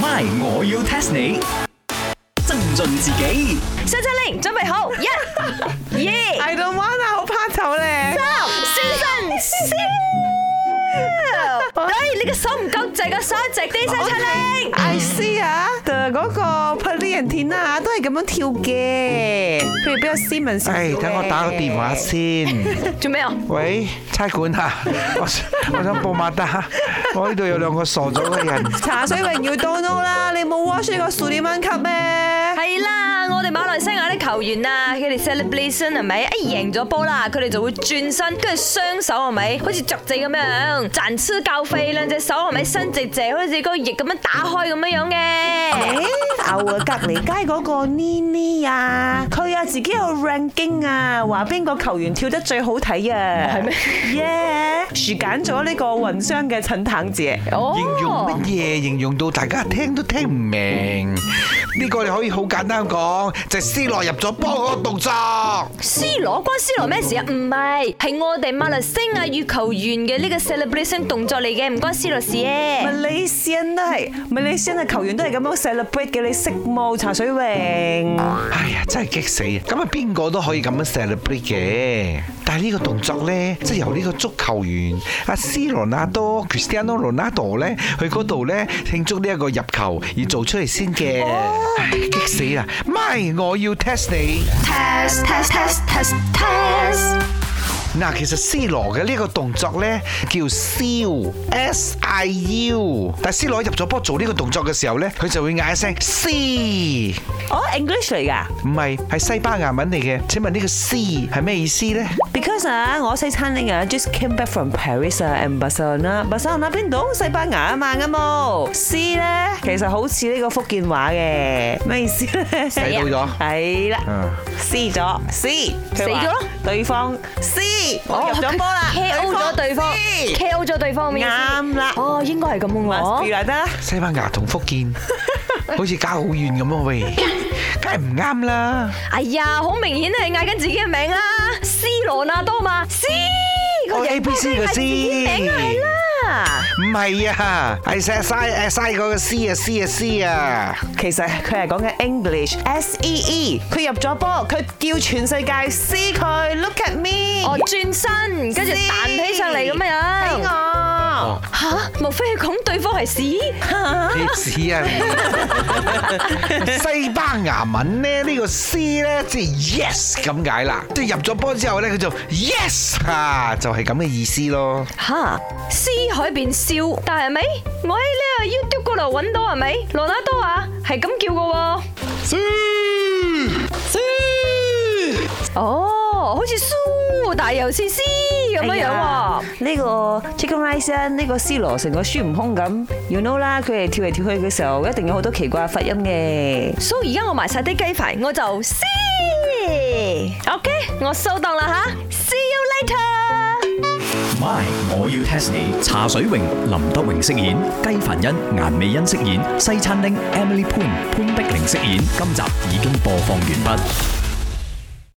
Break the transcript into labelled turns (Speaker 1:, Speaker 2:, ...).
Speaker 1: My，我要 test 你。增進自己
Speaker 2: 雙七零，準備好， 一、二、
Speaker 3: I don't want 啊，好怕醜咧。
Speaker 2: 三，先生，先。哎，你個手唔夠直啊，手直啲，雙七零。
Speaker 3: I see 啊，嗰個 p a l i a n t i n 啊，都係咁樣跳嘅，譬如比較斯文少少
Speaker 4: 唉，
Speaker 3: 嘅
Speaker 4: 哎等我打個電話先。
Speaker 2: 做咩啊？
Speaker 4: 喂，差館啊，我想我想報馬達，我呢度有兩個傻咗嘅人。
Speaker 3: 茶水榮耀 d o n o 啦，你冇 watch 呢個 s u l i m a n Cup 咩？
Speaker 2: 係啦，我哋馬來西亞啲球員啊，佢哋 celebration 係咪？一贏咗波啦，佢哋就會轉身，跟住雙手係咪？好似雀仔咁樣，展翅高飛，兩隻手係咪伸直直，好似個翼咁樣打開咁樣樣嘅。
Speaker 3: 誒，牛啊！隔離街嗰個妮妮啊，佢啊自己有 ranking 啊，話邊個球員跳得最好睇啊？係咩？耶！ 樹揀咗呢個混雙嘅陳騰姐。
Speaker 2: 哦
Speaker 4: 形容乜嘢？形容到大家聽都聽唔明。呢個你可以好簡單講，就係 C 羅入咗波嗰個動作。
Speaker 2: C 羅關 C 羅咩事啊？唔係，係我哋馬來西亞羽球員嘅呢個 celebration 動作嚟嘅，唔關 C 羅事嘅。
Speaker 3: Malaysian 都係 Malaysian 嘅球員都係咁樣 celebrate 嘅，你識冇茶水榮？
Speaker 4: 哎呀，真係激死！咁啊，邊個都可以咁樣 celebrate 嘅。但係呢個動作呢，即係由呢個足球員阿 C 羅納多 Cristiano Ronaldo 呢，去嗰度呢慶祝呢一個入球而做出嚟先嘅。唉，激死啦！咪我要 test 你。
Speaker 5: test test test test test
Speaker 4: 嗱，其實 C 羅嘅呢個動作呢，叫 siu s i u，但 C 羅入咗波做呢個動作嘅時候呢，佢就會嗌一聲 C，
Speaker 3: 哦，English Oh, 嚟㗎
Speaker 4: 唔係係西班牙文嚟嘅。請問呢個 C 係咩意思呢？
Speaker 3: ，because 啊，我西餐廳啊，just came back from Paris 啊，and Barcelona，Barcelona 邊度？西班牙啊嘛，啱冇？C 咧其實好似呢個福建話嘅，咩意思咧？死
Speaker 4: 睇到咗
Speaker 3: 係啦
Speaker 4: 嗯
Speaker 3: ，C 咗，C
Speaker 2: 死咗咯，
Speaker 3: 對方 C，我入咗波啦
Speaker 2: ，K.O. 咗對方
Speaker 3: C
Speaker 2: ，K.O. 咗對方咩意思
Speaker 3: 啱啦
Speaker 2: 哦，應該係咁嘅
Speaker 3: ，must be
Speaker 2: 喎。
Speaker 3: 啦得啦。
Speaker 4: 西班牙同福建好似隔好遠咁啊喂，梗係唔啱啦。
Speaker 2: 哎呀，好明顯係嗌緊自己嘅名啦，C 羅納多嘛，C 個
Speaker 4: 哦
Speaker 2: 人
Speaker 4: A B C
Speaker 2: 都係嗌
Speaker 4: 嘅
Speaker 2: 自
Speaker 4: C，
Speaker 2: 己名啊係啦。
Speaker 4: 唔係啊，係晒晒晒嗰個 C 啊 C 啊 C 啊。
Speaker 3: 其實佢係講緊 English S E E，佢入咗波，佢叫全世界 see 佢，look at me，
Speaker 2: 哦，轉身跟住彈起上嚟咁樣
Speaker 3: 睇
Speaker 2: 樣。
Speaker 3: 我，
Speaker 2: 嚇，莫非係講對方係屎？
Speaker 4: 貼紙啊！西班牙文咧呢個 C 咧即係 yes 咁解啦，即係入咗波之後咧佢就 yes 啊，就係咁嘅意思咯。
Speaker 2: 吓，詩海邊笑，但係咪？我喺呢個 YouTube 嗰度揾到係咪？羅納多啊，係咁叫嘅喎。哦，好似蘇，但係又似詩咁樣樣喎。
Speaker 3: 呢個 Chicken Rice 啊呢個 C 羅成個孫悟空咁，you know 啦，佢哋跳嚟跳去嘅時候，一定有好多奇怪嘅發音嘅。
Speaker 2: 蘇，而家我埋晒啲雞排，我就詩。OK，我收檔啦吓，See you later。
Speaker 1: ，My，我要 test 你。茶水榮、林德榮飾演，雞凡欣、顏美欣飾演，西餐廳 Emily Poon 潘碧玲飾演。今集已經播放完畢。